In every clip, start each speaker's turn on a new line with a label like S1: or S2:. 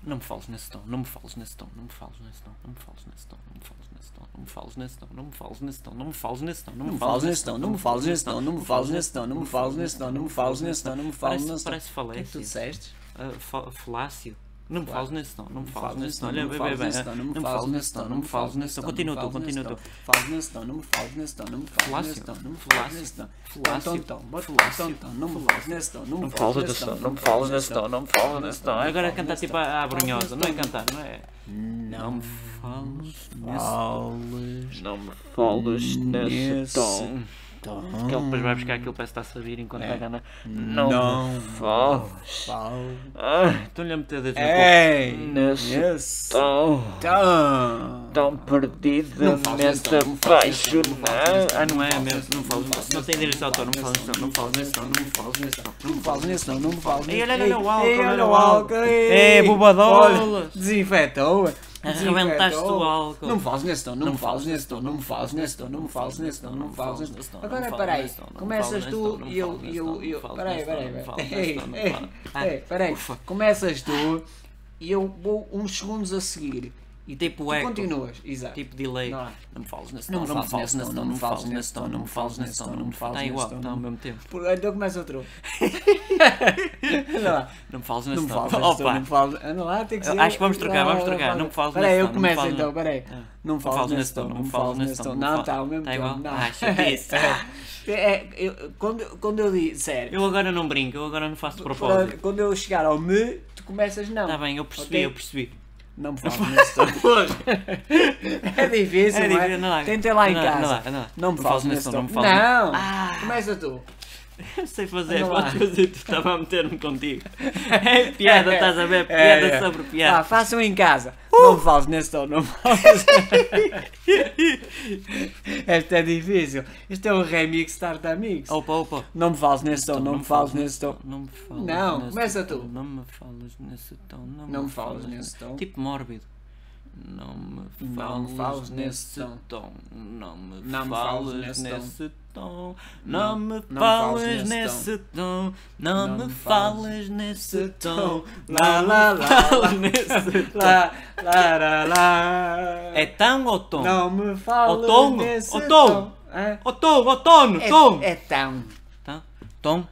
S1: Não me fales nesse tom, não me fales nesse tom, não me fales nesse tom, não me fales nesse tom, não me fales nesse tom, não me fales nesse tom, não me fales nesse tom, não me fales nesse tom,
S2: Não me fales nesse tom, não me fales nesse tom, não me fales nesse tom, não me fales nesse tom, não me fales nesse tom, não me fales
S1: Parece-
S2: nesse tom.
S1: parece
S2: O que é que tu
S1: falécia.
S2: disseste?
S1: Ah, fa- falácio. Não me fales nesse tom, não me fales nesse tom, olha,
S2: não me
S1: bem,
S2: fales
S1: bem,
S2: nesse
S1: bem,
S2: tom, não me fales nesse tom, não me fales nesse tom.
S1: continua tu,
S2: não me fales
S1: continua
S2: nesse
S1: tu.
S2: tom. Fales nesse tom, não me fales nesse tom, não me fales
S1: Falácio,
S2: nesse tom, não me fales
S1: falácio,
S2: nesse tom.
S1: falácio,
S2: Tom, tom, tom, bota um
S1: falácio,
S2: tom, tom, não me fales nesse tom, não me
S1: Fales
S2: fales
S1: nesse
S2: nesse
S1: tom,
S2: tom,
S1: não me fales nesse tom, não me fales nesse tom.
S2: não me
S1: Agora é
S2: fales
S1: cantar
S2: nesse
S1: tipo
S2: tom.
S1: a brunhosa,
S2: Fales
S1: não é
S2: nesse tom.
S1: cantar, não é?
S2: Não me
S1: Fales
S2: fales
S1: Não me fales
S2: nesse tom. É.
S1: Que ele depois vai buscar aquilo, parece que está a saber enquanto está a ganhar. Não me fales.
S2: Fales.
S1: Ah, Estão-lhe a meter dedos na
S2: Ei! Tá.
S1: Nesse
S2: Nesse
S1: boca. Oh.
S2: tom.
S1: tão
S2: fales
S1: perdidamente
S2: nesse tom, não fales nesse tom, não fales
S1: apaixonado. Ah, não é
S2: nesse tom, não fales
S1: mesmo?
S2: nesse
S1: Não
S2: tom,
S1: falo,
S2: não fales
S1: não tem
S2: nesse
S1: direito de
S2: tom,
S1: autor, não me
S2: não
S1: falo
S2: fales então.
S1: nesse tom, não me falo nesse tom, não me falo nesse tom.
S2: Não me fales nesse tom, não me fales nesse
S1: Ei,
S2: tom.
S1: olha, olha o álcool,
S2: Ei,
S1: olha
S2: olha
S1: o
S2: o álcool.
S1: álcool.
S2: ei.
S1: É, bobadolas.
S2: Olha, Desinfetou.
S1: Arrebentaste
S2: desinfetou.
S1: o álcool.
S2: Não me fales nesse tom, não me fales nesse tom, não me fales nesse tom, não me fales nesse tom, não me fales nesse tom. Agora, peraí, começas tu e eu, e eu, e eu, peraí, peraí, peraí. Ei, ei, ei, Peraí, começas tu e eu vou uns segundos a seguir. E
S1: Tipo
S2: tu
S1: eco.
S2: continuas, exato.
S1: Tipo delay.
S2: Não.
S1: Não me fales nesse
S2: Não
S1: tom,
S2: me
S1: não me
S2: fales
S1: fales
S2: nesse
S1: nesse
S2: tom,
S1: tom, não me fales nesse tom, não me fales nesse tom, não me fales
S2: fales
S1: Está igual,
S2: nesse tom,
S1: está ao
S2: não me-
S1: mesmo tempo.
S2: Por- Então começa outro. Olha lá.
S1: Não me fales
S2: Não
S1: nesse
S2: me
S1: tom.
S2: fales nesse tom, não me fales. Anda lá, tem que
S1: Eu
S2: ser.
S1: acho que vamos trocar, vamos
S2: Ah,
S1: trocar.
S2: fala.
S1: Não me fales
S2: Peraí,
S1: nesse
S2: eu
S1: tom, não me
S2: começo
S1: fales
S2: então,
S1: nesse-
S2: peraí.
S1: Ah.
S2: Não me fales nesse tom, não me fales nesse tom.
S1: não me
S2: Não, está ao
S1: fales-
S2: mesmo
S1: tá
S2: tempo.
S1: igual?
S2: não.
S1: Ah, chatice.
S2: É, eu- Quando quando eu disser.
S1: Eu agora não brinco, eu agora não Tá faço
S2: Quando-
S1: propósito.
S2: Quando eu chegar ao me, tu começas não.
S1: Está bem, eu percebi,
S2: Ok.
S1: eu percebi.
S2: Não me fales nesse tom. É difícil,
S1: É
S2: não
S1: difícil, anda lá.
S2: é? Tentei lá em
S1: Anda lá, anda
S2: casa.
S1: lá, anda lá.
S2: Não me fales nesse tom.
S1: não me fales nesse Ah.
S2: Não! Começa tu.
S1: Eu sei fazer,
S2: Anda lá.
S1: podes fazer, tu estava a meter-me contigo. É piada, estás a ver? Piada
S2: É, é.
S1: sobre
S2: Vá,
S1: piada.
S2: façam em casa.
S1: Uh.
S2: Não me fales nesse tom, não me fales. Ah. Este é difícil. Este é um remix Startup Mix.
S1: Opa, opa.
S2: Não me fales nesse
S1: Então,
S2: tom, não me fales nesse tom.
S1: Não me falas
S2: Não,
S1: nesse
S2: começa
S1: tom,
S2: tu.
S1: Não me falas nesse tom. Não,
S2: Não me falas nesse tom.
S1: Tipo mórbido. Não me
S2: Não me
S1: falas
S2: falas
S1: nesse
S2: nesse tom.
S1: tom. Não me
S2: Não me
S1: falas
S2: falas
S1: nesse
S2: nesse
S1: tom. Não me
S2: não me
S1: falas
S2: falas
S1: nesse
S2: nesse
S1: tom. Não me falas nesse tom.
S2: Lá, lá, lá,
S1: Falas
S2: lá.
S1: nesse tom.
S2: Lá, lá, lá, lá.
S1: É tão ou tom?
S2: Não me fales
S1: tom,
S2: nesse
S1: ó, tom.
S2: tom. É. Hã?
S1: Ou tom, ou tono, tom.
S2: É, é tão.
S1: Tá? Tom.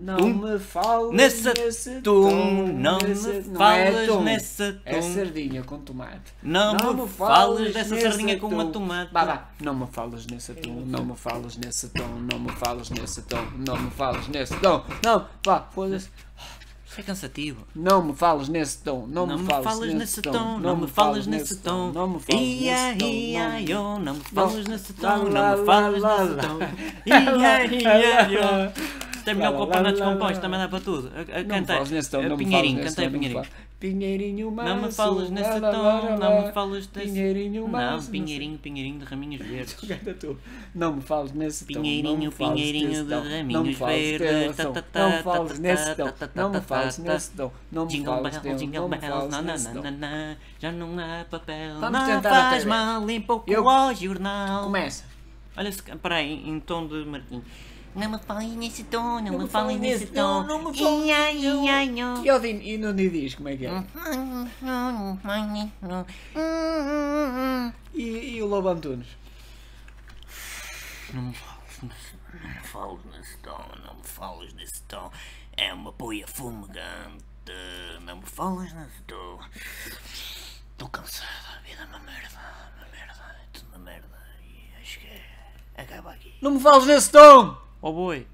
S2: Não
S1: Tum.
S2: me fales
S1: Nesse
S2: nesse
S1: tom, não
S2: nesse-
S1: me
S2: não é
S1: falas
S2: tom.
S1: nesse
S2: É
S1: tom.
S2: sardinha com tomate.
S1: Não, me falas dessa
S2: nesse
S1: sardinha com uma
S2: tom.
S1: tomate. É um
S2: Vá, vá. Não me falas nesse tom, não me falas nesse tom, não me falas nesse tom, não me falas nesse tom. Não, vá, foda-se.
S1: Isso é cansativo.
S2: Não me falas nesse tom, não,
S1: Não me falas nesse tom, não me falas nesse tom.
S2: Não me falas
S1: Ia,
S2: nesse tom,
S1: ia,
S2: não-
S1: yo, não me falas
S2: Não.
S1: nesse tom,
S2: Lá, lá,
S1: não me
S2: lá,
S1: falas
S2: lá,
S1: nesse
S2: lá.
S1: tom.
S2: Lá,
S1: Ia,
S2: lá,
S1: ia,
S2: lá,
S1: yo.
S2: lá.
S1: Isto é melhor que o
S2: Lá,
S1: pão
S2: lá, lá,
S1: descompões,
S2: lá.
S1: também dá para tudo. A- a-
S2: Não me
S1: Canta
S2: falas nesse tom,
S1: a
S2: não me falas
S1: Pinheirinho,
S2: nesse
S1: cantei
S2: tom, não me
S1: Pinheirinho.
S2: fa- Pinheirinho manso,
S1: Não me falas nesse
S2: lá, lá, lá,
S1: tom, não
S2: lá.
S1: me falas nesse...
S2: Pinheirinho um,
S1: Não,
S2: manso,
S1: Pinheirinho, Pinheirinho de raminhos verdes.
S2: Gata tu. Não me fales nesse tom. não
S1: Pinheirinho,
S2: me fales
S1: pinheirinho
S2: nesse
S1: de
S2: tom,
S1: raminhos
S2: não me fales
S1: verdes,
S2: nesse
S1: tá,
S2: tom,
S1: tá, tá,
S2: Não me fales
S1: tá,
S2: nesse
S1: tá,
S2: tom.
S1: tá, tá,
S2: Não me
S1: tá,
S2: fales
S1: tá,
S2: nesse tom. Não me
S1: Jingle
S2: fales
S1: bell,
S2: nesse tom.
S1: jingle
S2: Não me
S1: bell,
S2: fales
S1: na, na,
S2: nesse
S1: na,
S2: tom.
S1: na, na, já não há papel,
S2: Vamos
S1: não
S2: tentar outra
S1: faz
S2: vez.
S1: mal, em pouco
S2: Eu- é?
S1: ao jornal.
S2: Começa.
S1: Olha, se- peraí, em em tom de Marquinhos. Não me falem nesse tom, não me falem nesse tom.
S2: Não me fales.
S1: Ia, ia, ia.
S2: E eu digo- e não lhe diz como é que
S1: Hum?
S2: é.
S1: hum,
S2: E, e o Lobo Antunes?
S1: Não me fales nesse tom, não me fales nesse tom. É uma poia fumegante. Não me fales nesse tom. Estou cansado, a vida é uma merda, uma merda, é tudo uma merda. E acho que acaba aqui.
S2: Não me fales nesse tom!
S1: Oh boi,